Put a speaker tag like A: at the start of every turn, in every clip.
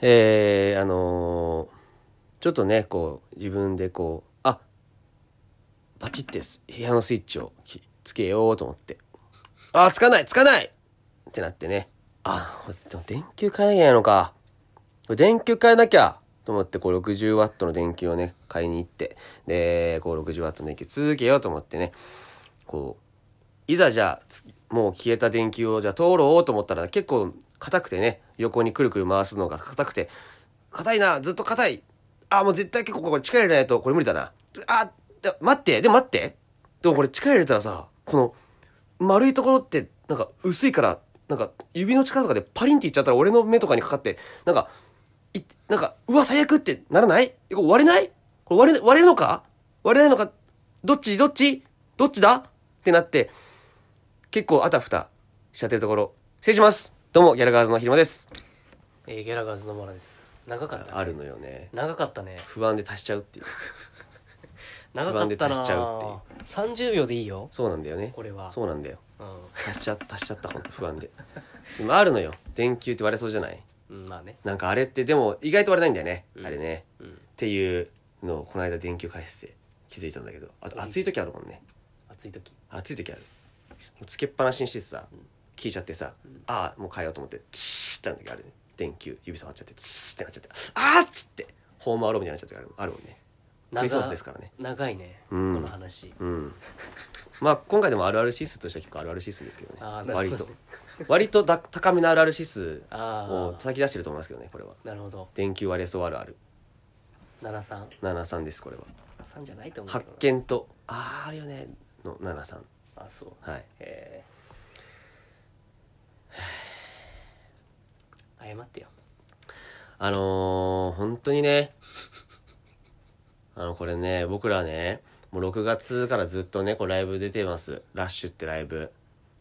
A: えー、あのーちょっとねこう自分でこうあパチってす部屋のスイッチをきつけようと思ってあつかないつかないってなってねあこれでも電球変えなきゃいけないのかこれ電球変えなきゃと思ってこう 60W の電球をね買いに行ってでこう 60W の電球続けようと思ってねこういざじゃあつもう消えた電球をじゃあ通ろうと思ったら結構硬くてね横にくるくる回すのが硬くて硬いなずっと硬いあもう絶対結構これ力入れないとこれ無理だなあで待ってでも待ってでもこれ力入れたらさこの丸いところってなんか薄いからなんか指の力とかでパリンっていっちゃったら俺の目とかにかかってなんかいなんかうわ最悪ってならないえこれ割れないこれ割れ割れるのか割れないのかどっちどっちどっちだってなって結構あたふたしちゃってるところ失礼しますどうもギャラガーズの昼間です
B: えー、ギャラガーズのモラです長かったね
A: あるのよね
B: 長かったね
A: 不安で足しちゃうっていう
B: 長かった
A: 不安で足
B: な
A: しちゃうっ
B: 三十30秒でいいよ
A: そうなんだよね
B: これは
A: そうなんだよ
B: うん、
A: 足しちゃ 足しちゃったほんと不安ででもあるのよ電球って割れそうじゃない
B: うん、まあね
A: なんかあれってでも意外と割れないんだよね、
B: うん
A: あれね
B: うん
A: っていうのをこの間電球返して気づいたんだけどあと暑い時あるもんね
B: 暑い時
A: 暑い時あるもうつけっぱなしにしててさ
B: ん
A: 聞いちゃってさ、
B: ん
A: ああもう変えようと思ってツーってなる時あるね電球指触っちゃってツーってなっちゃってあーっつってホームアロームになっちゃう時あるあるもんねクリスマスですからね
B: 長いね、
A: うん
B: この話
A: うんまあ今回でもあるある指数としては結構あるある指数ですけどね
B: あーなる
A: 割
B: ほど
A: と割とだ高めのあるある指数を
B: ああ
A: 叩き出してると思いますけどねこれは
B: なるほど
A: 電球割れそうあるある
B: 73
A: 73ですこれは
B: 3じゃないと思う
A: 発
B: けどな
A: 見とあーあるよねの73
B: あそう
A: はい
B: えー、 謝ってよ
A: あのー、本当にね、あの、これね、僕らね、もう6月からずっとね、こうライブ出てます。ラッシュってライブ。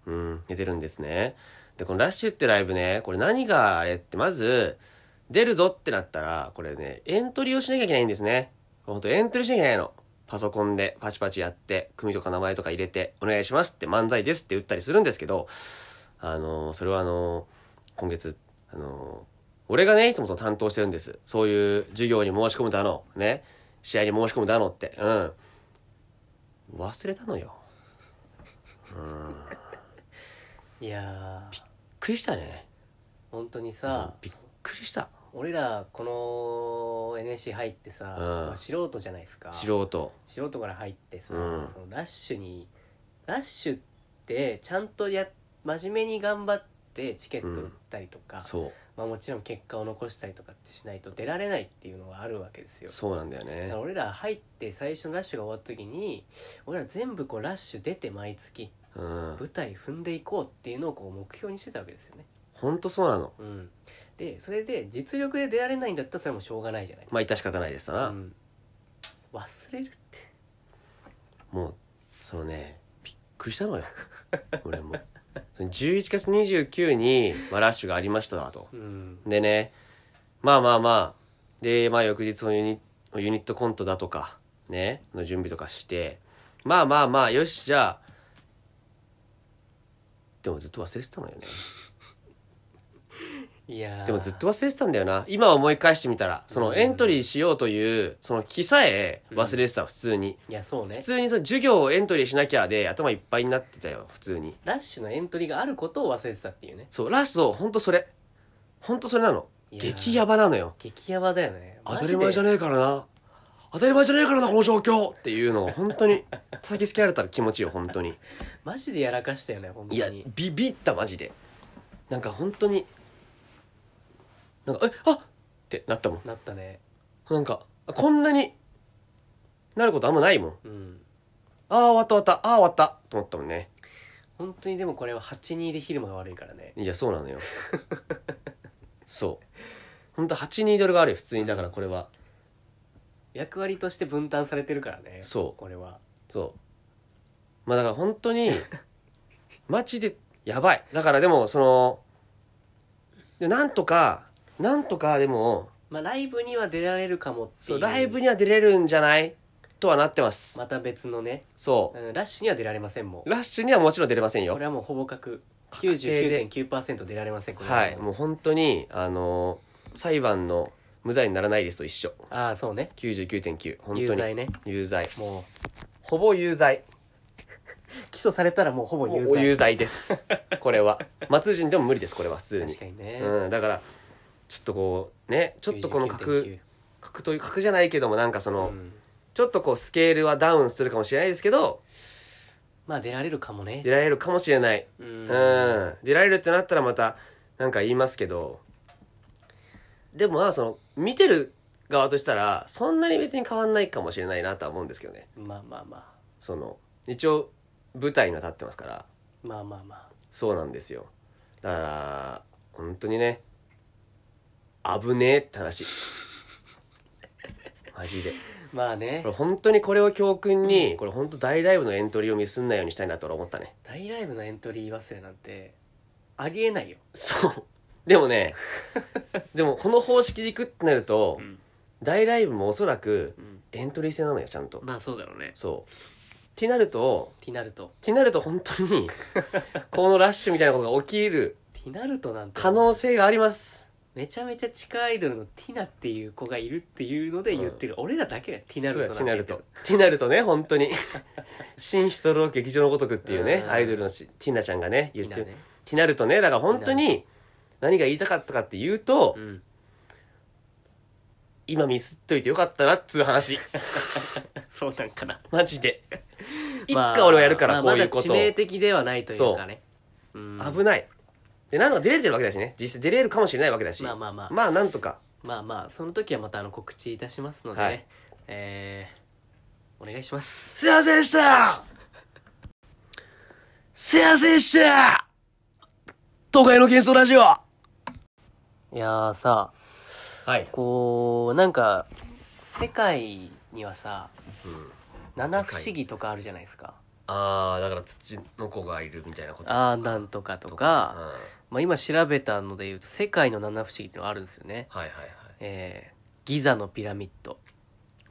A: うん、出てるんですね。で、このラッシュってライブね、これ何があれって、まず、出るぞってなったら、これね、エントリーをしなきゃいけないんですね。ほんとエントリーしなきゃいけないの。パソコンでパチパチやって、組とか名前とか入れて、お願いしますって漫才ですって打ったりするんですけど、あのー、それはあのー、今月、あのー、俺がねいつもその担当してるんですそういう授業に申し込むだのね試合に申し込むだのってうん忘れたのよ
B: いやー
A: びっくりしたね
B: 本当に
A: そう
B: さ
A: びっくりした
B: 俺らこの NSC 入ってさ、
A: うん
B: まあ素人じゃないですか
A: 素人
B: 素人から入ってさ、
A: うん
B: そのラッシュにラッシュってちゃんとや真面目に頑張ってチケット売ったりとか、
A: そ
B: まあ、もちろん結果を残したりとかってしないと出られないっていうのがあるわけです
A: う
B: よ
A: そうなんだよ
B: だ
A: ね
B: から俺ら入って最初のラッシュが終わった時に俺ら全部こうラッシュ出て毎月
A: うん
B: 舞台踏んでいこうっていうのをこう目標にしてたわけですよね、
A: ほんとそうなの
B: うん、でそれで実力で出られないんだったらそれはもうしょうがないじゃない、
A: まあ致し方ないですな、
B: うん、忘れるって
A: もうそのねびっくりしたのよ俺もその11月29に、まあ、ラッシュがありましたわと
B: うん
A: でねまあまあまあでまあ翌日のユニユニットコントだとかねの準備とかしてまあまあまあよしじゃあでもずっと忘れてたのよね
B: いやー
A: でもずっと忘れてたんだよな今思い返してみたらそのエントリーしようというその気さえ忘れてた普通に、
B: いやそうね
A: 普通にその授業をエントリーしなきゃで頭いっぱいになってたよ普通に
B: ラッシュのエントリーがあることを忘れてたっていうね
A: そうラストほんとそれほんとそれなの
B: いやー
A: 激ヤバなのよ
B: 激ヤバだよね
A: 当たり前じゃ
B: ね
A: ねえからな当たり前じゃねえからなこの状況っていうのを本当に叩きつけられたら気持ちいいよ本当に
B: マジでやらかしたよね本当
A: いや
B: に
A: ビビったマジでなんか本当になんかえあっってなったもん
B: なったね
A: なんかこんなになることあんまないもん
B: うん
A: ああ終わった終わったああ終わったと思ったもんね
B: 本当にでもこれは82で昼間が悪いからね
A: いやそうなの よそう本当8ニードルがあるよ普通にだからこれは
B: 役割として分担されてるからね
A: そう
B: これは
A: そうまあだから本当 にマジでやばいだからでもそのでもなんとかなんとかでも
B: まあライブには出られるかもっていう
A: そうライブには出れるんじゃないとはなってます、
B: また別のね、
A: そ
B: うん、ラッシュには出られませんも
A: うラッシュにはもちろん出れません
B: うこ
A: よ
B: れはもうほぼ確
A: 確定で
B: 99.9%出られませんこれ
A: はいもう本当にあの裁判の無罪にならないですと一緒
B: ああそうね
A: 99.9本当に
B: 有罪ね
A: 有罪
B: もう
A: ほぼ有罪
B: 起訴されたらもうほぼ有
A: もう
B: 罪
A: 有罪ですこれ は松潤でも無理ですこれは普通に
B: 確かにね、
A: うん、だからちょっとこうねちょっとこの格
B: 99.9
A: 格という格じゃないけどもなんかその、
B: うん
A: ちょっとこうスケールはダウンするかもしれないですけど
B: まあ出られるかもね
A: 出られるかもしれない
B: うん
A: うん、出られるってなったらまたなんか言いますけどでもまあその見てる側としたらそんなに別に変わんないかもしれないなとは思うんですけどね
B: まあまあま
A: その一応舞台には立ってますから
B: あまあまあまあ
A: そうなんですよだから本当にね危ねえって話 マジで
B: まあね
A: これ本当にこれを教訓にこれ本当大ライブのエントリーをミスんないようにしたいなと俺思ったね
B: 大ライブのエントリー忘れなんてありえないよ
A: そう。でもね、でもこの方式でいくってなると、
B: ん
A: 大ライブもおそらく
B: うん
A: エントリー制なのよ、ちゃんと。
B: まあそうだろうね
A: そう。ってなると、
B: ティナルト
A: ってなると本当に、このラッシュみたいなことが起きる
B: ティナルトなんて
A: 可能性があります。
B: めちゃめちゃ地下アイドルのティナっていう子がいるっていうので言ってる、俺らだけだよティナルト
A: そうや
B: んて
A: ティナルト。ティナルトね、本当に。 紳士とろう劇場のごとくっていうね
B: う、ん
A: アイドルのしティナちゃんがね、
B: 言
A: 言
B: っ
A: っててる。
B: るティナね
A: ティナルトね、だから本当に何が言いたかったかっていうと、
B: うん
A: 今ミスっといてよかったなっつう 話。
B: そうなんかな
A: マジで。いつか俺はやるから、こ
B: まあ
A: ういうことを
B: まあまだ致命的ではないというかねうん
A: 危ない。で、なんとか出れてるわけだしね。実際出れるかもしれないわけだし。
B: まあまあまあ
A: まあ、なんとか。
B: まあまあその時はまたあの告知いたしますので、ね
A: はい
B: えー、お願いします
A: すいませんでしたすいませんでした東海の幻想ラジオ
B: いやーさ
A: はい。
B: こうなんか世界にはさ七不思議とかあるじゃないですか
A: ああ、だから土の子がいるみたいなこと。
B: アーダンとかとか、まあ、今調べたので言うと世界の七不思議ってのがあるんですよね、
A: はいはいはい。
B: えーギザのピラミッド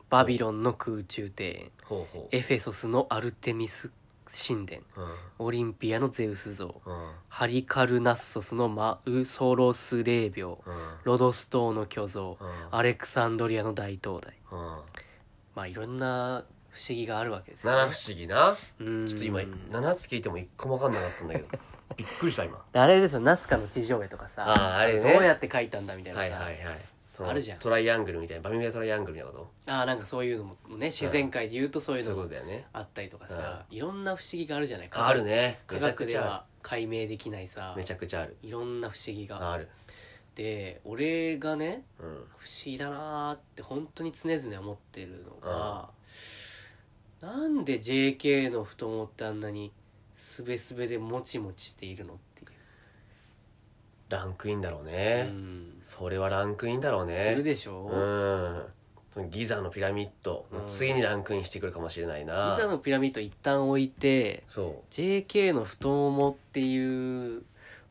B: バビロンの空中庭園
A: ほうほ
B: エフェソスのアルテミス神殿
A: う。うん。
B: オリンピアのゼウス像
A: うん。
B: ハリカルナッソスのマウソロス霊廟
A: うん。
B: ロドス島の巨像
A: うん
B: アレクサンドリアの大灯台
A: うん。
B: まあいろんな不思議があるわけですよね
A: 七不思議な。
B: うん
A: ちょっと今、七つ聞いても一個もわかんなかったんだ けど。びっくりした今。
B: あれですよナスカの地上絵とかさ
A: あーあれね
B: どうやって描いたんだみたいなさ、
A: はいはいはいその
B: あるじゃん
A: トライアングルみたいなバミューダトライアングルみたいなこ
B: あーなんかそういうのもね自然界で言うとそう
A: と
B: いう
A: そうい
B: の
A: うこ
B: も
A: とだよね
B: あったりとかさ、いろんな不思議があるじゃない
A: あるね
B: 科
A: めちゃ
B: 学
A: く
B: で
A: ちゃあ
B: は解明できないさ
A: るめちゃくちゃある
B: いろんな不思議が
A: ある
B: で俺がね
A: うん
B: 不思議だなーって本当に常々思ってるのがなんで JK の太ももってあんなにすべすべでもちもちしているのっていう、
A: ランクインだろう
B: う
A: ね
B: ん、
A: それはランクインだろう
B: する
A: ね
B: でしょ、
A: うんそのギザのピラミッドの次にランクインしてくるかもしれないな
B: ギザのピラミッド一旦置いて
A: そ
B: JK の太ももっていう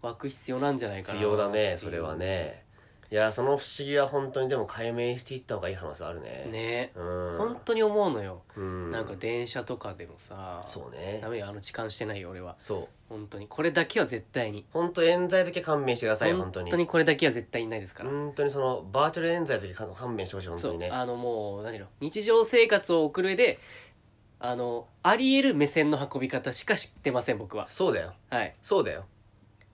B: 枠必要なんじ
A: う
B: ゃないかな
A: 必要だねそれはねいやその不思議は本当にでも解明していった方がいい話はあるね
B: ね
A: う
B: 本
A: ん
B: 当に思うのよ、
A: うん
B: なんか電車とかでもさ
A: そうね
B: ダメよあの痴漢してないよ俺は
A: そう
B: 本当にこれだけは絶対に
A: 本当冤罪だけ勘弁してください本当に
B: これだけは絶対にないですから、
A: 本当にそのバーチャル冤罪だけ勘弁してほしい本
B: そ
A: 当
B: う
A: にね
B: あのもう何だろう日常生活を送る上であのありえる目線の運び方しか知ってません僕は
A: そうだよ
B: はい
A: そうだよ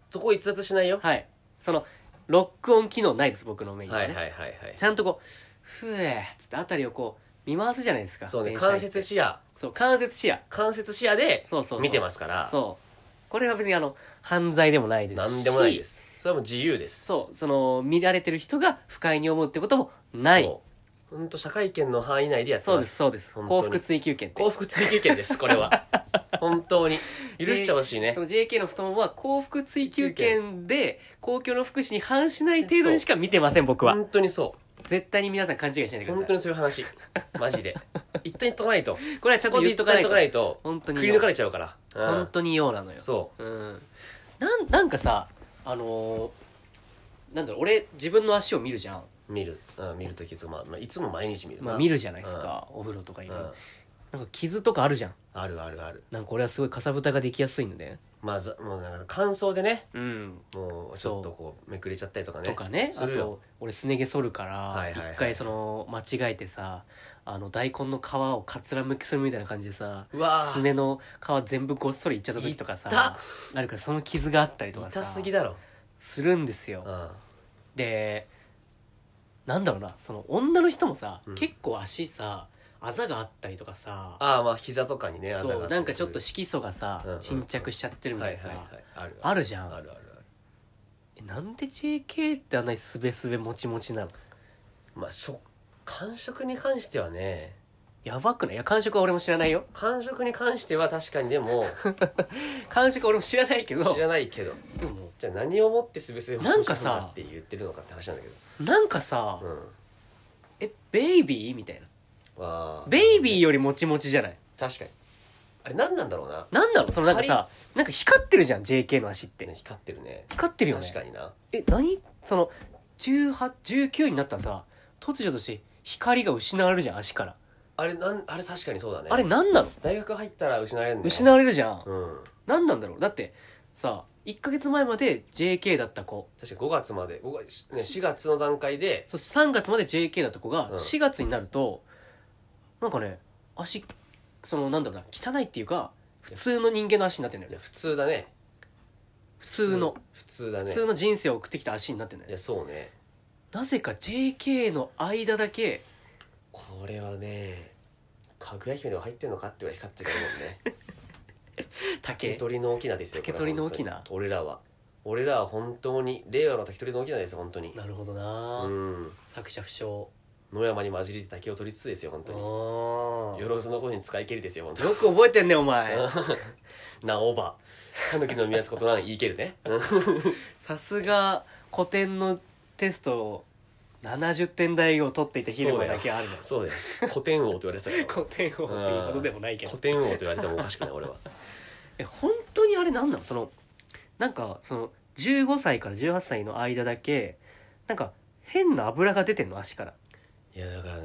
A: そこ逸脱しないよは
B: はいそのロックオン機能ないです僕のメイ
A: い
B: ンはね、
A: はいはいはい
B: ちゃんとこうふえっつって辺りをこう見回すじゃないですか
A: そうね
B: 電車行っ
A: 間
B: て
A: 接視野
B: そう間接視野
A: 間接視野で
B: そうそうそう
A: 見てますから
B: そうこれは別にあの犯罪でもないです
A: 何
B: し
A: でもないですそれはもう自由です
B: そうその見られてる人が不快に思うってこともないそう
A: そう本当社会権の範囲内でやってます
B: ですそうです
A: 本当
B: 幸
A: に
B: 福追求権って
A: 幸福追求権ですこれは本当に許してほしいね
B: その JK の太ももは幸福追求権で公共の福祉に反しない程度にしか見てません僕は
A: 本当にそ
B: 絶対に皆さん勘違いしないうでくだ
A: 本
B: さ
A: 当にそういう話マジで一旦言っとかないと
B: いこれはちゃん
A: ことこで言っ
B: 言っと
A: と
B: か
A: か
B: ないと
A: ないと
B: 本当に
A: くり抜かれちゃうからうん
B: 本当にようなのよ、
A: そう
B: ん、なんなんかさあのーなんだろう俺自分の足を見るじゃん、
A: う見るうん見る時とまあまあいつも毎日見るな
B: まあ、見るじゃないですか、お風呂とかい
A: うん
B: ろいろ
A: うん
B: なんか傷とかあるじゃん
A: あるあるある
B: なんか俺はすごいかさぶたができやすいので
A: まあざもうなんか乾燥でね
B: うん
A: もうちょっとこうめくれちゃったりとかね
B: とかね
A: す
B: あ
A: るよ
B: と俺すね毛剃るか
A: は
B: ら
A: いはいはい
B: 一回その間違えてさあの大根の皮をかつらむきするみたいな感じでさ
A: うわー
B: すねの皮全部ごっそりいっちゃった時とかさあるからその傷があったりとかさ
A: 痛すぎだろ
B: するんです
A: う
B: よ
A: んは
B: でなんだろうなその女の人もさ、
A: うん
B: 結構足さあざがあったりとかさ
A: ああまあ膝とかにねあざがあ
B: そう
A: たり
B: なんか
A: す
B: ちょ
A: る
B: っと色素がさ、
A: うんうんうん
B: 沈着しちゃってるみ
A: は
B: た
A: い
B: いな
A: はい
B: さ、
A: はいある
B: あるじゃ
A: あ
B: ん
A: るあるある
B: えなんで JK ってあんなにスベスベもちもちなの
A: まあ食感触に関してはね
B: やばくないいや感触は俺も知らないよ
A: 感触に関しては確かにで も
B: 感触は俺も知らないけど
A: 知らないけど
B: でも
A: じゃあ何をもってすべすべ
B: なんかさ
A: って言ってるのかって話なんだけど
B: なんかさ、
A: うん
B: えベイビーみたいな
A: あー
B: ベイビーよりもちもちじゃない
A: 確かにあれ何なんだろうな
B: なんだろうそのなんかさなんか光ってるじゃん JK の足って、
A: ね光ってるね
B: 光ってるよね
A: 確かにな
B: え何その18 19になったらさ突如として光が失われるじゃん足から、
A: あれなんあれ確かにそうだね
B: あれ何なの
A: 大学入ったら失われるね
B: 失われるじゃん、
A: うん
B: 何なんだろうだってさ1ヶ月前まで JK だった子
A: 確か5月まで5月、ね、4月の段階で
B: そして3月まで JK だった子が
A: うん
B: 4月になると、なんかね足そのなんだろうな汚いっていうか普通の人間の足になってんだよ
A: い
B: ね
A: や普通だね
B: 普通の
A: 普通だ
B: 普
A: ね
B: 通の人生を送ってきた足になってんだ
A: い
B: よね
A: やそうね
B: なぜか JK の間だけ
A: これはねかぐや姫でも入ってんのかってぐらい光ってるもんね竹
B: 竹
A: 取りの翁ですよ
B: 竹取の
A: こ
B: 翁
A: れは本当に俺らは俺らは本当に令和の竹取の翁ですよ本当に
B: なるほどな、
A: うん
B: 作者不詳
A: 野山に混じり竹を取りつつですよ本当に
B: あー
A: よろずのことに使い切りですよ本当に
B: よく覚えてんねお前
A: なおば讃岐の宮津ことなん言いけるねうん
B: さすが古典のテストを70点台を取っていた昼間だけあるの
A: そうだよ古典王と言われてたから
B: 古典王っていうことでもないけど
A: 古典王と言われてもおかしくない 俺は
B: え本当にあれなんなのそのなんかその15歳から18歳の間だけなんか変な油が出てんの足から
A: いやだから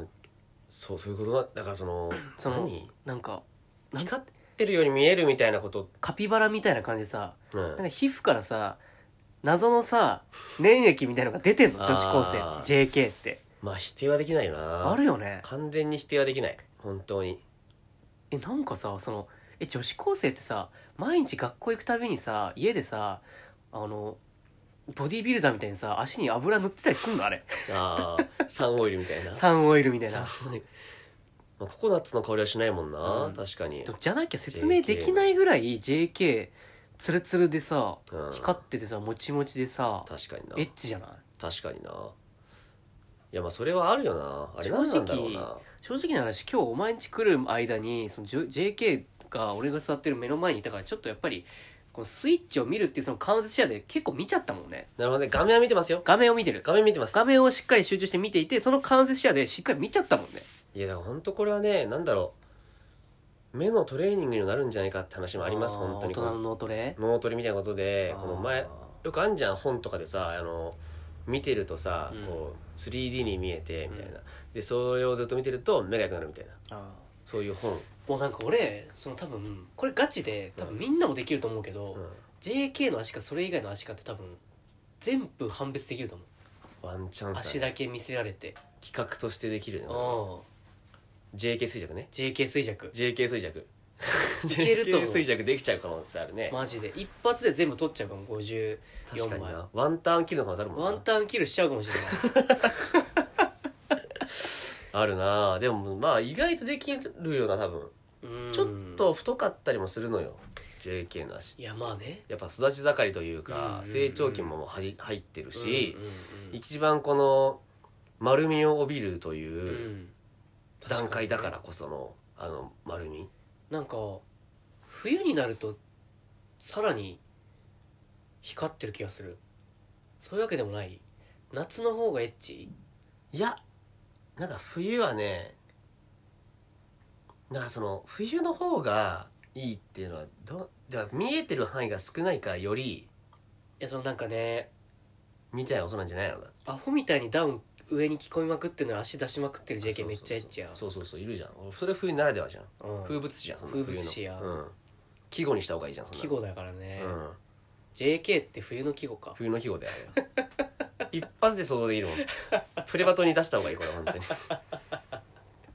A: そうそういうことだだからその
B: その
A: 何
B: なんかなんか
A: 光ってるように見えるみたいなこと、
B: カピバラみたいな感じでさ
A: うん、
B: なんか皮膚からさ謎のさ粘液みたいのが出てんの女子高生
A: あ
B: JK って
A: まあ否定はできないな
B: あるよね
A: 完全に否定はできない本当に
B: えなんかさそのえ女子高生ってさ毎日学校行くたびにさ家でさあのボディービルダーみたいにさ足に油塗ってたりすんのあれ
A: あ あサンオイルみたいな
B: サンオイルみたいな
A: サンオイルまあ、ココナッツの香りはしないもんな、
B: うん
A: 確かに、
B: でもじゃなきゃ説明できないぐらい JK ツルツルでさ
A: うん、
B: 光っててさもちもちでさ
A: 確かにな
B: エッチじゃない
A: 確かにないやまあそれはあるよなあれ何なんだろう
B: 正
A: な
B: 正直な話今日お前ん家来る間にその J- JK が俺が座ってる目の前にいたからちょっとやっぱりこのスイッチを見るっていうその間接視野で結構見ちゃったもんね
A: なるほどね画面は見てますよ
B: 画面を見てる
A: 画面見てます
B: 画面をしっかり集中して見ていてその間接視野でしっかり見ちゃったもんね
A: いやだから本当これはねなんだろう目のトレーニングにもなるんじゃないかって話もあります
B: ー
A: 本当に
B: 大人の脳トレ
A: 脳トレみたいなことでこの
B: あ
A: 前
B: ー
A: よくあんじゃん本とかでさあの見てるとさ、
B: うん
A: こう 3D に見えてみたいな、
B: う
A: でそれをずっと見てると目が良くなるみたいな
B: あー
A: そういう本、
B: もうなんか俺その多分これガチで多分みんなもできると思うけど、
A: うん
B: JK の足かそれ以外の足かって多分全部判別できると思う
A: ワンチャンス
B: 足
A: だね
B: だけ見せられて
A: 企画としてできる
B: うん
A: の JK 衰弱ね
B: JK 衰弱
A: JK 衰弱
B: いけると
A: JK
B: 思う
A: 衰弱できちゃう可能性あるね、
B: マジで一発で全部取っちゃうかも50
A: 確かに
B: 四
A: なワンタン切るの可能性あるもんな
B: ワンタンキルしちゃうかもしれない
A: あるなでもまあ意外とできるよな多分
B: うん
A: ちょっと太かったりもするのよ JK の足って
B: いやまあね
A: やっぱ育ち盛りという
B: うんうん
A: か
B: うん
A: 成長期もはじ入ってるし
B: うんうんうん
A: 一番この丸みを帯びると
B: う
A: いうん段階だか
B: 確
A: らこそのあの丸み
B: になんか冬になるとさらに光ってる気がするそういうわけでもない夏の方がエッチ
A: いやなんか冬はねなんかその冬の方がいいっていうのはどでは見えてる範囲が少ないからより
B: いやそのなんかね
A: みたいなことなんじゃないのだって
B: アホみたいにダウン上に着込みまくってるのに足出しまくってる
A: あそう
B: JK
A: そう
B: めっちゃエッチやん
A: そうそうそういるじゃんそれ冬ならではじゃん
B: うん
A: 風物詩じゃんその冬の
B: 風物詩や
A: うん、季語にした方がいいじゃんそんなの
B: 季語だからね、
A: うん、
B: JK って冬の季語か
A: 冬の季語だよあれ 一発で想像できるもんプレバトに出した方がいいこれは本当に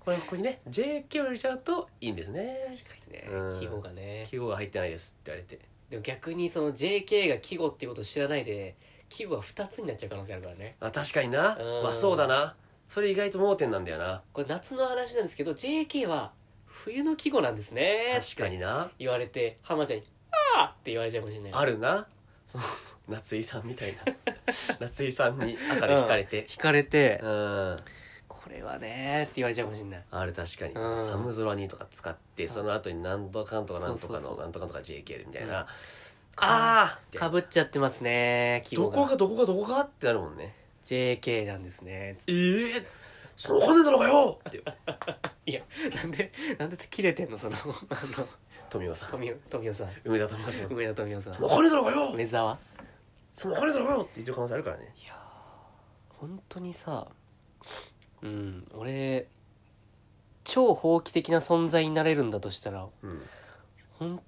A: これここにね JK を入れちゃうといいんですね
B: 確かにね、
A: うん
B: 季語がね
A: 季語が入ってないですって言われて
B: でも逆にその JK が季語っていうことを知らないで季語が2つになっちゃう可能性あるからね
A: あ確かにな
B: うん
A: まあそうだなそれ意外と盲点なんだよな
B: これ夏の話なんですけど JK は冬の季語なんですね
A: 確かにな
B: 言われて浜ちゃんに「あー!」って言われちゃうかもしれない
A: あるなその 夏井さんみたいな 夏井さんに赤で引かれて
B: 引かれて
A: うん、
B: これはねーって言われちゃうかもしれない
A: ある確かに「
B: うん
A: 寒空に」とか使ってその後に「なんとかかんとかなんとか
B: そうそう
A: の
B: そう
A: なんとかなんとか JK」みたい
B: うん
A: な「あー!」
B: かぶっちゃってますね季
A: ど
B: 語
A: こ
B: が
A: がどこがどこがってなるもんね。
B: JK なんですね
A: ええその金だろうがよって。
B: いやなんでなんで切れてんのそのあの
A: 富岡さん。
B: 富雄富雄さん
A: 梅田富岡さん。
B: 梅田富雄さん
A: その金だろうが よ
B: 梅沢
A: その金だろうがよって言ってる可能性あるからね。
B: いやー本当にさうん俺超法規的な存在になれるんだとしたら
A: うん。
B: 本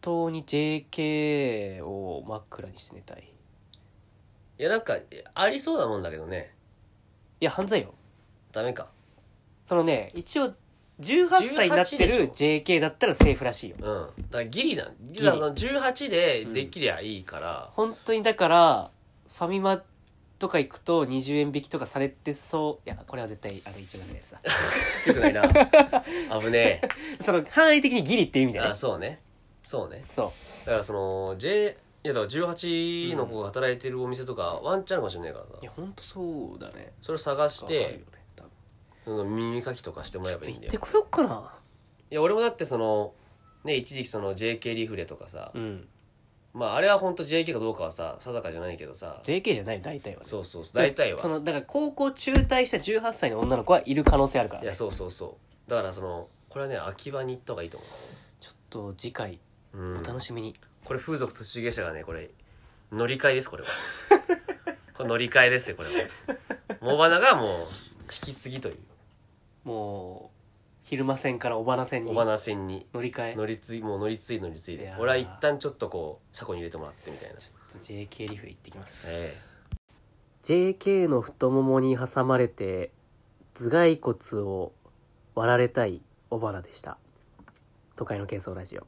B: 当に JK を真っ暗にして寝たい
A: いや、なんか、ありそうなもんだけどね。
B: いや犯罪よ
A: ダメか。
B: そのね一応18歳になってる JK だったらセーフらしいよ
A: うん。だからギリなん。
B: ギリ
A: だから18でできりゃいいから。
B: 本当にだからファミマとか行くと20円引きとかされてそういやこれは絶対あの一応ダメなやつだ
A: よく ないな。危ね
B: その範囲的にギリっていう意味
A: え。
B: だ
A: あ、
B: ね
A: そうね。そうね。
B: そう
A: だからその、J、いやだから18の子が働いてるお店とか、ワンチャンかもしれないから
B: い
A: さ
B: や本当そうだね
A: それを探し
B: わかるよ
A: て
B: ね多分
A: その耳かきとかしてもらえばいいん
B: 行っ
A: だよ
B: てこよっかない
A: や俺もだってそのね一時期その JK リフレとかさ、
B: うん
A: まああれは本当 JK かどうかはさ定かじゃないけどさ
B: JK じゃない大体はね
A: そうそうそう大体は
B: そのだから高校中退した18歳の女の子はいる可能性あるから
A: い
B: ね
A: やそうそうそうだからそのこれはね秋葉に行った方がいいと思
B: ちょっと次回
A: う、うん
B: お、楽しみに、
A: これ風俗突芸者がねこれ乗り換えです これはこれ乗り換えですよこれはモバナがもう引き継ぎという
B: もう昼間線から尾花線
A: モ
B: に
A: バ
B: 乗
A: ナ線に
B: り換え
A: 乗り継いもう乗り継い乗り継い
B: い
A: で
B: やー
A: 俺は一旦ちょっとこう車庫に入れてもらってみたいな
B: ちょっと JK リフレ行ってきます、
A: え
B: JK の太ももに挟まれて頭蓋骨を割られたい尾花でした都会の喧騒ラジオ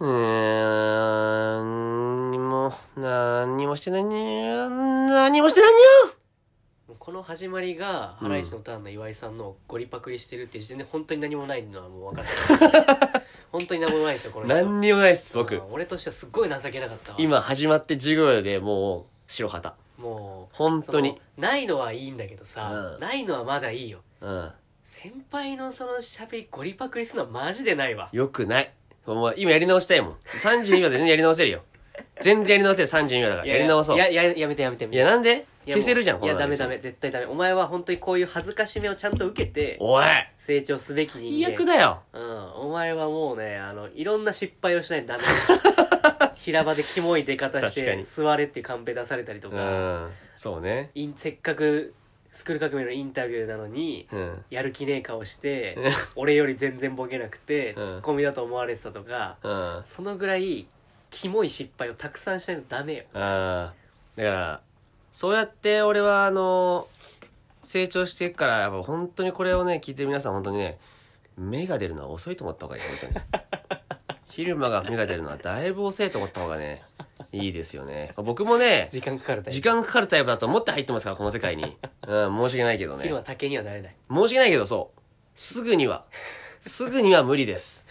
A: うーん、何も、何もしてないにゃ、何もしてないに
B: この始まりが
A: うん
B: ハライチのターンの岩井さんのゴリパクリしてるっていう時点で本当に何もないのはもう分かって ます本当に何もないですよこの人
A: 何にもないっす、僕
B: あー。俺としてはすっごい情けなかったわ
A: 今始まって15秒でもう、白旗。
B: もう
A: 本当に。
B: そのないのはいいんだけどさ、
A: うん
B: ないのはまだいいよ
A: うん。
B: 先輩のそのしゃべりゴリパクリするのはマジでないわ
A: よくない。もう今やり直したいもん。32秒で全然やり直せるよ。 全然やり直せる、32秒だから。やり直そう。
B: い
A: いや、
B: やややめてやめて
A: なんで
B: いやも
A: 消
B: う
A: せるじゃん、
B: いや
A: こんな
B: ダ
A: の
B: メダメ。絶対ダメお前は本当にこういう恥ずかしめをちゃんと受けて
A: おい
B: 成長すべき人
A: 最
B: 間
A: 悪だよ。
B: うんお前はもうねあのいろんな失敗をしないとダメ 平場でキモい出方
A: 確
B: し
A: か
B: て
A: に
B: 座れっていうカンペ出されたりと
A: う
B: か
A: ん。そうね。
B: インせっかくスクール革命のインタビューなのに
A: うん。
B: やる気ねえ顔して俺より全然ボケなくて
A: う
B: ツ
A: ん
B: ッコミだと思われてたとか
A: うん。
B: そのぐらいキモい失敗をたくさんしないとダメよ
A: あーだからそうやって俺はあの成長していくからやっぱ本当にこれをね聞いてる皆さん本当にね芽が出るのは遅いと思った方がいい本当に 昼間が芽が出るのはだいぶ遅いと思った方がねいいですよね僕もね
B: 時間かかるタイプ
A: 時間かかるタイプだと思って入ってますからこの世界に、うん、申し訳ないけどね
B: 昼は竹にはなれない
A: 申し訳ないけどそうすぐにはすぐには無理です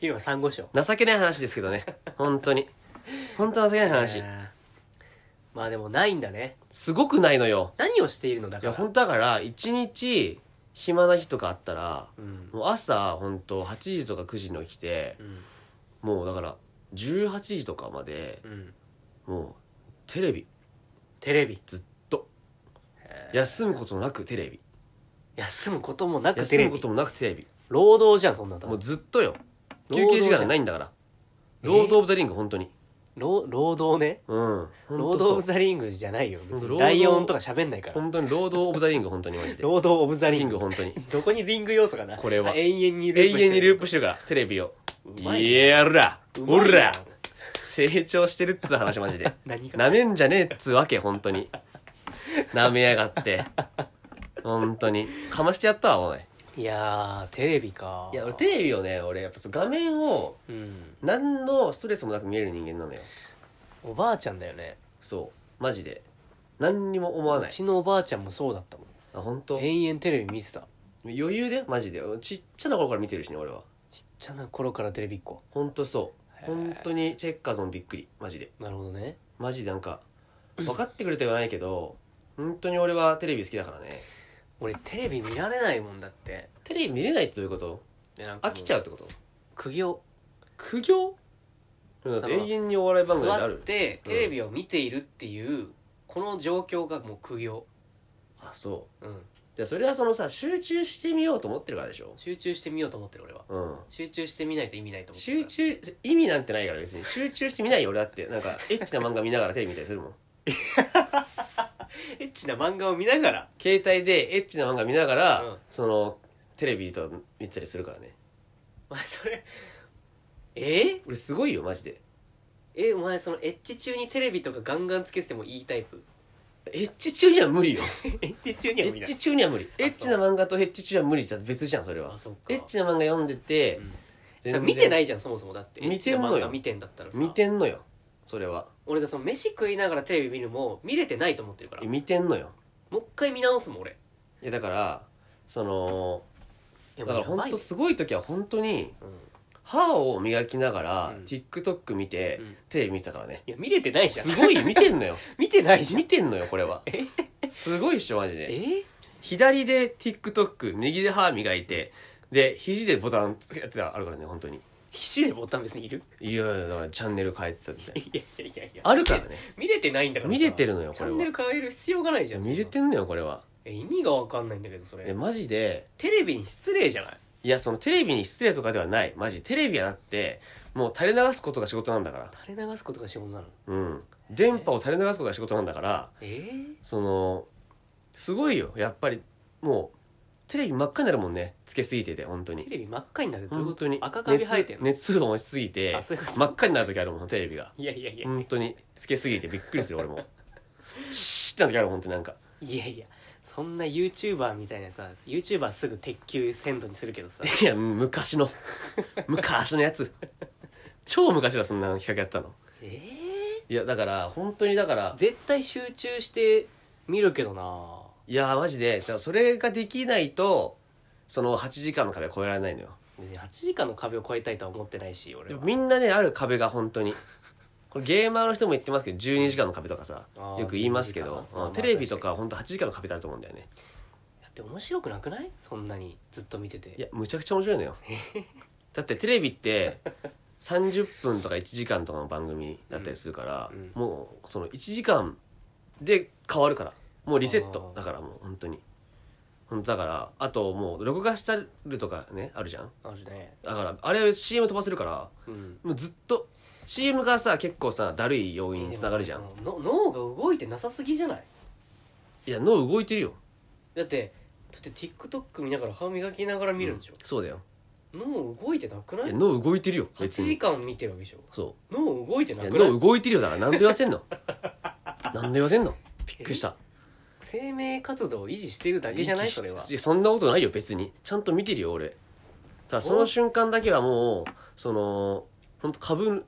B: 昼は珊瑚礁
A: 情けない話ですけどね本当に本当情けない話
B: あーまあでもないんだね
A: すごくないのよ
B: 何をしているのだ
A: い
B: か
A: や
B: ら
A: 本当だから一日暇な日とかあったら
B: うん
A: もう朝本当8時とか9時に起きて
B: うん
A: もうだから18時とかまで
B: うん
A: もうテレビ
B: テレビ
A: ずっと
B: へ
A: 休むことなくテレビ
B: 休むこともなくテ
A: 休
B: レ
A: むこ
B: ビ
A: ともなくテレビ
B: 労働じゃんそんな
A: も
B: の
A: うずっとよ
B: 労
A: 休
B: 働
A: 憩時間がないんだから
B: えー
A: ロード・オブ・ザ・リング本当に
B: 労労働ね
A: うん
B: ロー
A: 本
B: ド・オ
A: 当
B: ブ・
A: そう
B: ザ・リングじゃないよ
A: ほん
B: 別
A: と
B: に
A: 労働
B: ライオンとか喋んないから
A: 本当にロード・オブ・ザ・リング本当にマジで
B: ロード・オブ・ザ・リ
A: リン
B: ン
A: グ
B: グ
A: 本当に
B: どこにリング要素がな
A: これは
B: あ永遠にループ
A: 永
B: してる
A: 遠にループしてるからテレビを
B: うまい
A: いやら
B: うま
A: お
B: いな
A: ら成長してるっつう話マジで
B: 何が
A: なめんじゃねえっつうわけ本当になめやがって本当にかましてやったわおい
B: いやーテレビか
A: いや俺テレビをね俺やっぱその画面を
B: うん
A: 何のストレスもなく見える人間なのよ
B: おばあちゃんだよね
A: そうマジで何にも思わな
B: う
A: い
B: ちのおばあちゃんもそうだったもん
A: あ本当
B: 永遠テレビ見てた
A: 余裕でマジでちっちゃな頃から見てるしね俺は
B: ちっちゃな頃からテレビっ子
A: 本当そ
B: へ
A: う
B: ー
A: 本当にチェッカーゾンびっくりマジで
B: なるほどね
A: マジでなんか分かってくれてはないけど本当に俺はテレビ好きだからね
B: 俺テレビ見られないもんだって
A: テレビ見れないってどういうこと
B: でなんか
A: 飽きちゃ
B: う
A: うってこと
B: 苦行
A: 苦行だって永遠にお笑い番組であ
B: 座っ
A: る
B: てテレビを見ているっていうこの状況がもう苦行
A: あそう
B: うん
A: じゃあそれはそのさ集中してみようと思ってるからでしょ
B: 集中してみようと思ってる俺は
A: うん
B: 集中してみないと意味ないと思ってる
A: 集中意味なんてないから別に集中して見ないよ俺だってなんかエッチな漫画見ながらテレビ見たりするもん
B: エッチな漫画を見ながら
A: 携帯でエッチな漫画見ながら、
B: うん
A: そのテレビと見てたりするからね
B: お前それえ
A: 俺すごいよマジで
B: えお前そのエッチ中にテレビとかガンガンつけててもいいタイプ
A: エッチ中には無理よ
B: エッチ中に
A: エッチ中には無理エ
B: そう
A: ッチな漫画とエッチ中は無理じゃ別じゃんそれは
B: あそっか
A: エッチな漫画読んでて、
B: うん
A: 全
B: さ
A: 然
B: 見てないじゃんそもそもだって
A: 見てんのよ
B: エッチな漫画見てんだったらさ
A: 見てんのよそれは
B: 俺だその飯食いながらテレビ見るも見れてないと思ってるからもう
A: 見てんのよ
B: 一回見直すもん俺
A: いやだからその
B: いや
A: だから
B: もうやば
A: 本
B: い
A: 当すごい時は本当に
B: うん
A: 歯を磨きながら、
B: うん
A: TikTok 見て、
B: うん
A: テレビ見てたからね
B: いや見れてないじゃん
A: すごい見てんのよ
B: 見てないじゃん
A: 見てんのよこれはすごいっしょマジで
B: え
A: 左で TikTok 右で歯磨いてで肘でボタンやってたあるからね本当に
B: 肘でボタン別にいる
A: いやいやだからチャンネル変えてたみたいない
B: やいやいやいや
A: あるからね
B: 見れてないんだからさ
A: 見れてるのよ
B: チ
A: こ
B: ャ
A: れは
B: ンネル変える必要がない
A: い
B: じゃ
A: や
B: ん
A: 見れてんのよこれは
B: え意味がわかんないんだけどそ
A: え
B: れ
A: マジで
B: テレビに失礼じゃない
A: いやそのテレビに失礼とかではないマジテレビはだってもう垂れ流すことが仕事なんだから
B: 垂れ流すことが仕事なの
A: うん電波を垂れ流すことが仕事なんだから
B: えー、
A: そのすごいよやっぱりもうテレビ真っ赤になるもんねつけすぎてて本当
B: テ
A: に
B: レビ真っ赤になるってどういうこ
A: 本
B: と
A: 当に
B: 赤カビ生えて
A: 熱
B: んの、
A: 熱を持ちすぎて
B: あそういうこと
A: 真っ赤になる時あるもんテレビが
B: いやいやいや、
A: 本当につけすぎてびっくりする俺もシーってな時ある本当になんか
B: いやいやそんな YouTuber みたいなさ YouTuber すぐ鉄球鮮度にするけ どさ
A: いや昔の昔のやつ超昔だそんな企画やってたの
B: え
A: いやだから本当にだから
B: ー、絶対集中して見るけどない
A: やマジでじゃあそれができないとその8時間の壁は越えられないのよ
B: 別に8時間の壁を越えたいとは思ってないし俺
A: でも
B: は
A: みんなねある壁が本当にこれゲーマーの人も言ってますけど12時間の壁とかさ
B: あー
A: よく言いますけ
B: 12
A: ど
B: 時、間
A: うんテレビとか本当8時間の壁ってあると思うんだよね
B: だって面白くなくないそんなにずっと見てて
A: いやむちゃくちゃ面白いのよだってテレビって30分とか1時間とかの番組だったりするから、
B: うんうん
A: もうその1時間で変わるからもうリセット
B: あー
A: だからもう本当に本当だからあともう録画したるとかねあるじゃん
B: あるね
A: だからあれ CM 飛ばせるから
B: うん
A: もうずっと CM がさ結構さだるい要因につながるじゃん
B: でもそのの脳が動いてなさすぎじゃない
A: いや脳動いてるよ
B: だってだって TikTok 見ながら歯磨きながら見るんでしょ、
A: そうだよ
B: 脳動いてなくないい
A: や脳動いてるよ
B: 8
A: 別
B: 時
A: に
B: 間見てるわけでしょ
A: そう
B: 脳動いて
A: い
B: な
A: や
B: くない
A: 脳動いてるよだからなんで言わせ んのなんで言わせんのびっくりした
B: 生命活動を維持してるだけじゃないそれは
A: ややそんなことないよ別にちゃんと見てるよ俺ただその瞬間だけはもうその本当株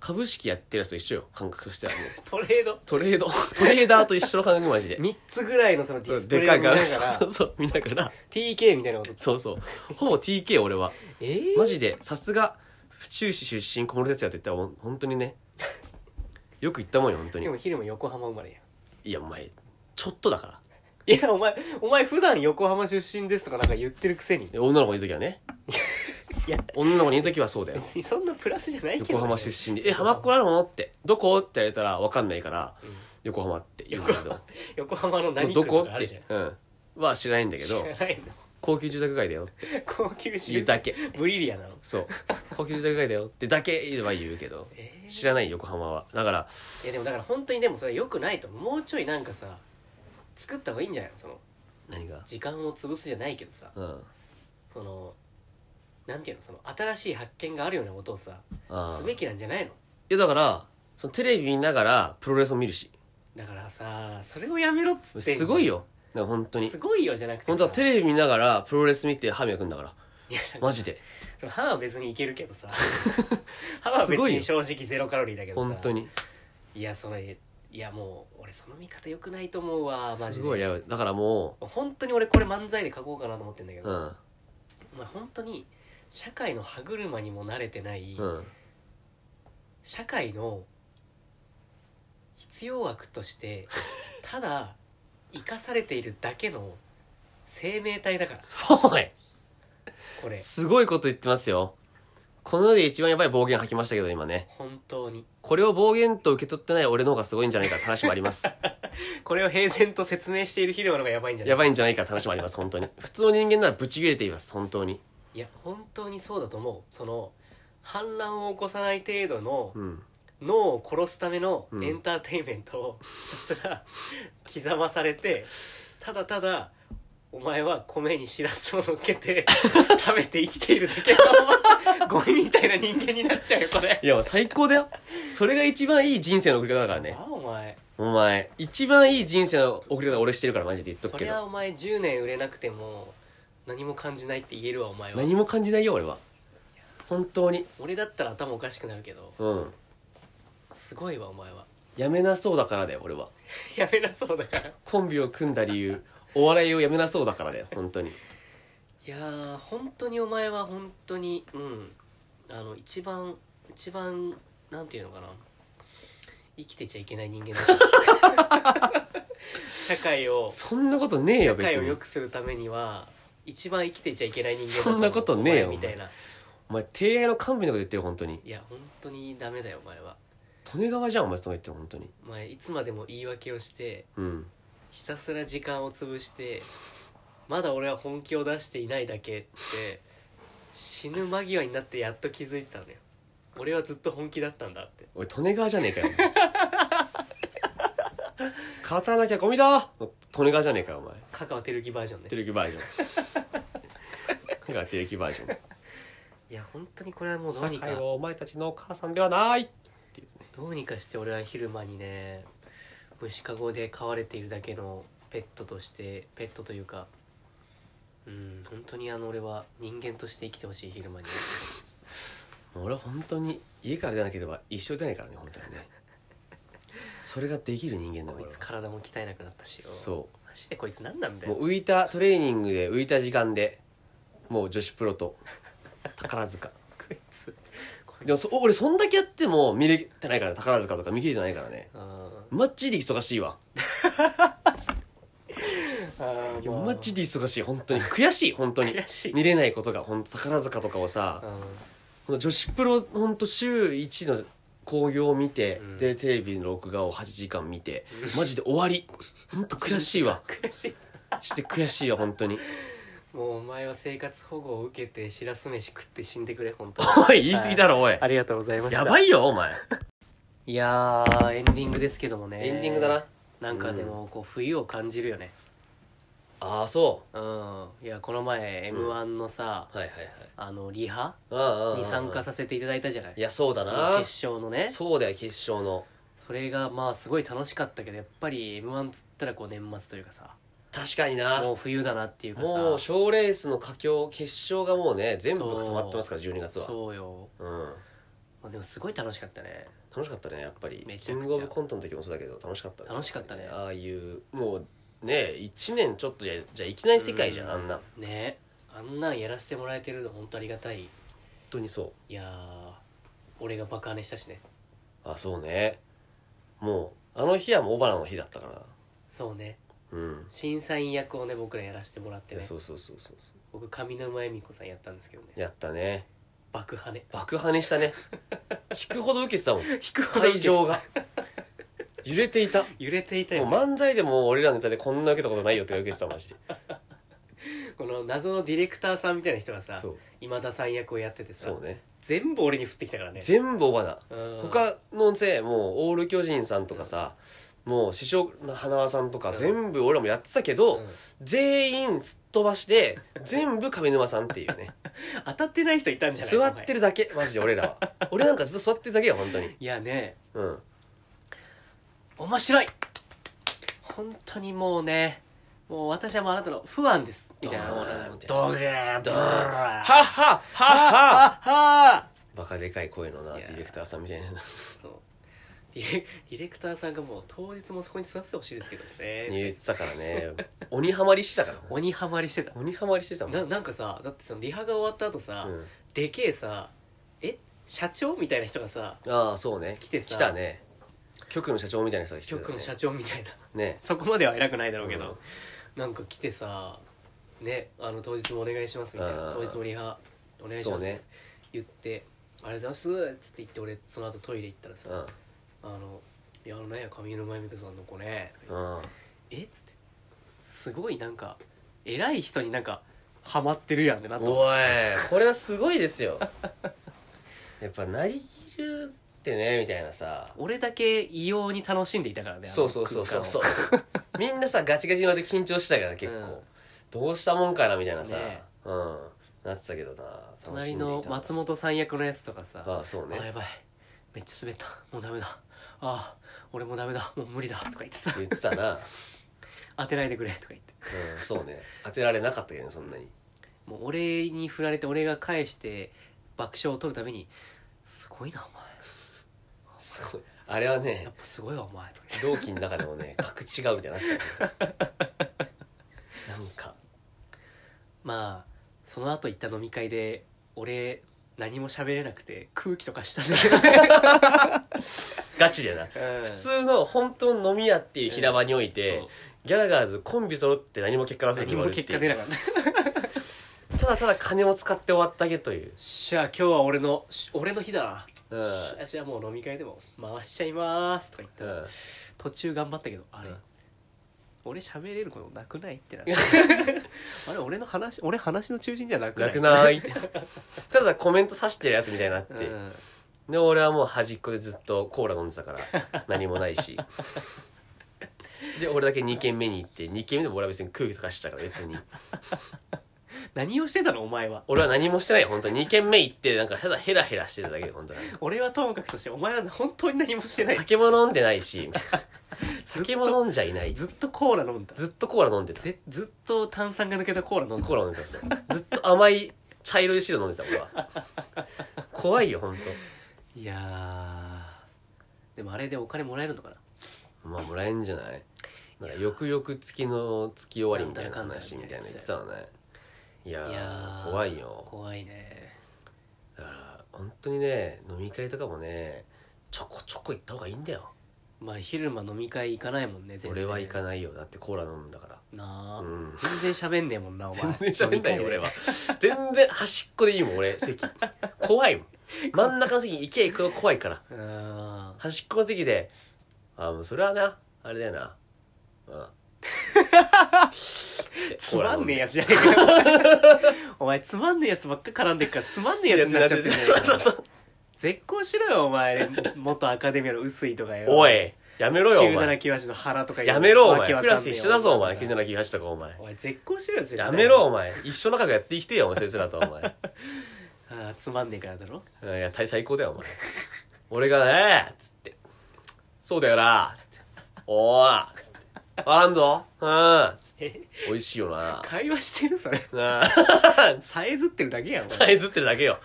A: 株式やってるやつと一緒よ感覚としてはもう
B: トレード
A: ト レードトレーダーと一緒の感覚マジで
B: 3つぐらいのそのデ
A: そ
B: ィ
A: う
B: スプレ
A: で
B: イを
A: かいか
B: 見なが
A: ら
B: ら
A: そうそう見ながら
B: TK みたいなこと
A: そうそうほぼ TK 俺は
B: えー、
A: マジでさすが府中市出身小室哲哉って言ったらほん本当にねよく言ったもんよ本当に
B: でも昼も横浜生まれや
A: いやお前ちょっとだから
B: んいやお前お前普段横浜出身ですとかなんか言ってるくせに
A: で女の子にいる時はね
B: いや
A: 女の子にいる時はそうだよ
B: 別にそんなプラスじゃないけどね、
A: 横浜出身で「え浜っ子なの?」って「どこ?」って言われたら分かんないから
B: うん
A: 「横浜」って言うんだけど
B: 横浜
A: 「
B: の何
A: ど
B: 区
A: こ?」
B: とか
A: っ
B: あるじゃん
A: て、うん、は知らないんだけど
B: 知らないの
A: 高級住宅街だよって
B: 高級
A: 言
B: 住
A: うだけ
B: ブリリアなの
A: そう高級住宅街だよってだけは言うけど
B: え
A: 知らない横浜はだから
B: ー、いやでもだから本当にでもそれは良くないと思うもうちょいなんかさ作った方がいいんじゃないのその
A: 何が
B: 時間を潰すじゃないけどさ
A: うん
B: そのなんていうのその新しい発見があるようなことをさ
A: あー
B: す
A: い
B: べきなんじゃないの
A: やだからそのテレビ見ながらプロレスを見るし
B: だからさそれをやめろっつってんじゃん
A: すごいよだから本当に
B: すごいよじゃなくて
A: 本当はテ
B: レ
A: レビ見ながらプロレス見て歯磨くんだから
B: いやなんか
A: マジで
B: その歯は別にいけるけ どさ歯は別
A: すごいよ
B: に正直ゼロカロリーだけどさ
A: 本当に
B: いやそれいやもう俺その見方よくないと思うわマジです
A: ごいやばいだからも
B: 本当に俺これ漫才で書こうかなと思ってんだけ
A: うう
B: ど、
A: ん
B: お前本当に社会の歯車にも慣れてない、
A: うん
B: 社会の必要悪として ただ生かされているだけの生命体だから
A: おい
B: これ
A: すごいこと言ってますよこの世で一番やばい暴言吐きましたけど今ね
B: 本当に
A: これを暴言と受け取ってない俺の方がすごいんじゃないかって話もあります
B: これを平然と説明している肥料の方がやばいんじゃない
A: やばいんじゃないかって話もあります本当に普通の人間ならブチ切れています本当に
B: いや本当にそうだと思うその反乱を起こさない程度の
A: うん
B: 脳を殺すための
A: うん
B: エンターテインメントをひたすら 刻まされてただただお前は米にしらすを乗っけて 食べて生きているだけのゴミみたいな人間になっちゃうよこれ
A: いや最高だよそれが一番いい人生の送り方だからね
B: あお前
A: お前一番いい人生の送り方俺してるからマジで言っと
B: そ
A: くけ
B: りゃ
A: ど
B: お前10年売れなくても何も感じないって言えるわお前は
A: 何も感じないよ俺は本当に
B: 俺だったら頭おかしくなるけど
A: うん
B: すごいわお前は
A: やめなそうだからだよ俺は
B: やめなそうだから
A: コンビを組んだ理由お笑いをやめなそうだからだよ本当に
B: いやー本当にお前は本当にうんあの一番一番なんていうのかな生きてちゃいけない人間だから 社会を
A: そんなことねえよ
B: 社
A: 別
B: 会を良
A: に
B: くするためには一番生きてちゃいけない人間だ
A: そんなことねえよ
B: お前みたいな
A: お前定愛の幹部のこと言ってる本当に
B: いや本当にダメだよお前は
A: 利根川じゃんお前その言ってる本当に
B: お前いつまでも言い訳をして
A: うん
B: ひたすら時間を潰してまだ俺は本気を出していないだけって死ぬ間際になってやっと気づいてたのよ俺はずっと本気だったんだって
A: おい利根川じゃねえかよお前 勝たなきゃゴミだ利根川じゃねえかよお前
B: 香川照之バージョンね
A: テレキバー ジョンこれがテレキバージョン
B: いや本当にこれはもうどう
A: 社
B: にか
A: 会はお前たちのお母さんではないっていうね
B: どうにかして俺は昼間にね虫かごで飼われているだけのペットとしてペットというかうん本当にあの俺は人間として生きてほしい昼間に
A: もう俺は本当に家から出なければ一生出ないからね本当にねそれができる人間だか
B: こ
A: ら
B: い
A: 俺
B: つ
A: は
B: 体も鍛えなくなったしよ
A: そう
B: マジでこいつ何なんだ
A: うも
B: よ
A: う浮いたトレーニングで浮いた時間でもう女子プロと宝塚
B: こいつこいつ
A: でもそ俺そんだけやっても見れてないから宝塚とか見切れてないからね
B: あ
A: マジで忙しいわ
B: あ
A: いやマジで忙しい本当に悔しい本当に
B: 悔しい
A: 見れないことが本当宝塚とかをさこの女子プロ本当週1の興行を見て、
B: うん
A: でテレビの録画を8時間見てマジで終わり本当悔しいわ
B: 悔しい
A: して悔しいわ本当に
B: もうお前は生活保護を受けてしらす飯食って死んでくれ本当に
A: おい言い過ぎだろおい
B: ありがとうございました
A: やばいよお前
B: いやーエンディングですけどもね
A: エンディングだな
B: なんかでもこう冬を感じるよね
A: ああそ
B: うんいやこの前 m 1のさ、
A: うはいはいはい
B: あのリハ
A: ああああ
B: に参加
A: さ
B: させていただいたじゃない
A: いやそうだ
B: あ
A: な
B: の決勝のねそ
A: そうだよ決勝の
B: れがまあすごい楽しかったけどやっぱり m 1つったらこう年末というかさ
A: 確かにな
B: もう冬だなっていうかさ
A: もう賞レースの佳境決勝がもうね全部固まってますから12月は
B: そうよ、
A: うん
B: まあ、でもすごい楽しかったね
A: 楽しかったねやっぱり
B: めち
A: キ
B: ゃくちゃ
A: ングオブコントの時もそうだけど楽しかった
B: 楽しかったね
A: ああいうもうね1年ちょっとじゃじゃいきない世界じゃんあんな本
B: うねあんなんやらせてもらえてるの本当ありがたい
A: 当にそ
B: いやー俺が爆跳ねしたしね
A: うあそうねもうあの日はもうバナの日だったから
B: そうね
A: うん
B: 審査員役をね僕らやらせてもらって
A: いや
B: ね
A: そうそうそうそうそう
B: 僕上沼恵美子さんやったんですけどね
A: やったね
B: 爆跳ね
A: 爆破にした ね 引くほど受けてたもん
B: 引くほど
A: 会場が揺れていた
B: 揺れていた
A: も
B: よ、
A: う
B: ね
A: 漫才でも俺らのネタでこんな受けたことないよって受けてたマジで
B: この謎のディレクターさんみたいな人がさ
A: そう
B: 今田さん役をやっててさ
A: そうね
B: 全部俺に降ってきたからね
A: 全部おばな
B: うん
A: 他のせいもうオール巨人さんとかさもう師匠の花輪さんとか全部俺らもやってたけど、全員すっ飛ばして全部上沼さんっていうね
B: 当たってない人いたんじゃない
A: 座って
B: る
A: るだけマジで俺らは俺なんかずっと座ってるだけよ本当に
B: いやね
A: うん
B: 面白い本当にもうねもう私はもうあなたの不安ですみたいな
A: ドーンって
B: ドーンドーン
A: ドーンはっはっは
B: はっ
A: っは
B: はっは
A: バカでかい声のないデ
B: や
A: ィレクターさんみたいな
B: そうディレディレクターさんがもう当日もそこに座っててほしいですけど
A: 言っ
B: ね
A: てたからね鬼ハマりしてたから
B: 鬼ハマりしてた
A: 鬼ハマりしてたもん
B: ななんかさだってそのリハが終わった後さ、
A: うん
B: でけえさえ社長みたいな人がさ
A: ああそうね
B: 来てさ
A: 来たね局の社長みたいな人が来てたね
B: 局の社長みたいな
A: ね
B: そこまでは偉くないだろうけど、
A: うん
B: なんか来てさねあの当日もお願いしますみたいな
A: あー
B: 当日もリハお願いし
A: そ
B: ま
A: う
B: す、
A: ね
B: 言って「ありがとうございます」っつって言って俺その後トイレ行ったらさ
A: うん
B: 「あのいやあのね上沼恵美子さんの子ね」とか言
A: うん
B: ってえっつってすごいなんか偉い人になんかハマってるやんってなった
A: おいこれはすごいですよやっぱなりきるってねみたいなさ
B: 俺だけ異様に楽しんでいたからね
A: そうそうそうそうそう
B: う
A: みんなさガチガチまで緊張してたから結構、どうしたもんかなみたいなさ、
B: ね
A: うんなってたけどな楽し
B: 隣
A: んでい
B: の
A: た
B: 松本さん役のやつとかさ
A: ああそうね
B: あやばいめっちゃ滑ったもうダメだああ俺もうダメだもう無理だとか言ってさ
A: 言ってたな、
B: 当てないでくれとか言って
A: うん、そうね当てられなかったけどねそんなに
B: もう俺に振られて俺が返して爆笑を取るためにすごいなお前
A: すごいあれは
B: や
A: ね
B: っぱすごいわお前とか言って
A: 同期の中でもね 格違うみたいなやつだったよなんか
B: まあその後行った飲み会で俺何も喋れなくて空気とかしたんだけどね
A: ガチでな普
B: 普
A: 通の本当の飲み屋っていう平場において、
B: そう
A: ギャラガーズコンビ揃って何も結果出せずに
B: 何
A: 終わ
B: も
A: るって
B: 結果出
A: いう
B: なかった
A: ただただ金を使って終わったけという、
B: しゃあ今日は俺のし俺の日だな、
A: うん
B: しゃあじゃあもう飲み会でも回しちゃいますとか言った
A: う
B: ら、
A: ん、
B: 途中頑張ったけどあれ、
A: うん
B: 俺喋れることなくないっ てなってあれ俺の話俺話の中心じゃなくない
A: 楽なーいってただコメントさしてるやつみたいになっ
B: う
A: て、
B: ん
A: で俺はもう端っこでずっとコーラ飲んでたから何もないしで俺だけ2軒目に行って2軒目でも俺は別に空気とかしてたから別に
B: 何をしてたのお前は
A: 俺は何もしてないよ本当に2軒目行ってなんかただヘラヘラしてただけで本当に
B: 俺はともかくとしてお前は本当に何もしてない
A: 酒も飲んでないし酒も飲んじゃいない
B: ずっとコーラ飲んだ
A: ずっとコーラ飲んでた
B: ぜずっと炭酸が抜けたコーラ飲んだ
A: コーラ飲んでたんですよずっと甘い茶色い汁飲んでた俺は怖いよ本
B: いやーでもあれでお金もらえるのかな
A: 当まあもらえんじゃないなんか翌々月の月終わりみたいな話みたいな言ってたのねいやー
B: いやー
A: 怖いよ
B: 怖いね
A: だから本当にね飲み会とかもねちょこちょこ行った方がいいんだよ
B: まあ昼間飲み会行かないもんね全然
A: 俺は行か
B: い
A: ないよだってコーラ飲むんだから
B: なあ、
A: うん
B: 全然喋んねえもんなお前
A: 全然喋んないよ
B: 飲み
A: 俺
B: 会で
A: は全然端っこでいいもん俺席怖 いもん真ん中の席に行け行くの怖いから
B: うーん
A: 端っこの席で、あもうそれはな、あれだよな。 うん。
B: つまんねえ
A: や
B: やつじゃねえか お前つまんねえやつばっか絡んでっからつまんねえやつになっちゃってんじゃねえか
A: そうそうそう
B: 絶好しろよお前元アカデミーの薄いとかよ
A: おい、やめろよ、お前。
B: 9798の腹とか
A: やめろ、お
B: わけ
A: 前。
B: わ
A: ク
B: かんねえ
A: ラス一緒だぞ、お前。
B: お前
A: 9798とか、お前。
B: お前絶好しろよ絶対
A: やめろ、お前。一緒の中でやってきてよ、お前、先生らと、お前。
B: あーつまんねえからだろ
A: うんいや、大最高だよ、お前。俺がね、つって。そうだよな、つって。おー、つって。わかんぞ。うん。つって
B: え
A: 美味しいよな。
B: 会話してるそれ
A: な
B: さえずってるだけやんお前
A: さえずってるだけよ。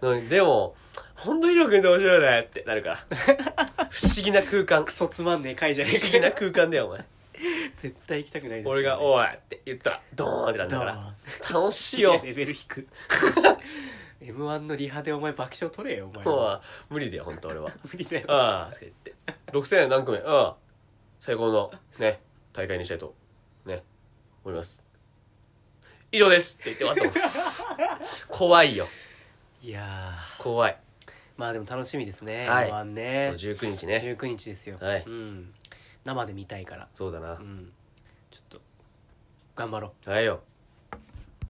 A: うんでも、本当にヒロ君って面白いよねってなるから。不思議な空 間。
B: ク
A: 不
B: ソつまんねえ会じゃね
A: 思
B: え
A: 議
B: か
A: な空間だよ、お前。
B: 絶対行きたくないです
A: 俺が、
B: お
A: おいって言ったら、ドーンってなるんだから。楽しい
B: いや
A: よ。
B: レベル 低 m 1のリハでお前爆笑取れよお 前
A: もう、無理だよ、本当俺は。
B: 無理だよ
A: ああ、って言って。6000円何組ああ、最高の、ね、大会にしたいと、ね、思います。以上ですって言って終わったもん怖いよ。
B: いや
A: 怖い。
B: ーまあでも楽しみですね、
A: はい
B: m 1
A: そう、
B: ね
A: 19日ね。
B: 19日ですよ、
A: はい
B: うん、生で見たいから
A: そうだな
B: う。んちょっと頑張ろう
A: はいよ。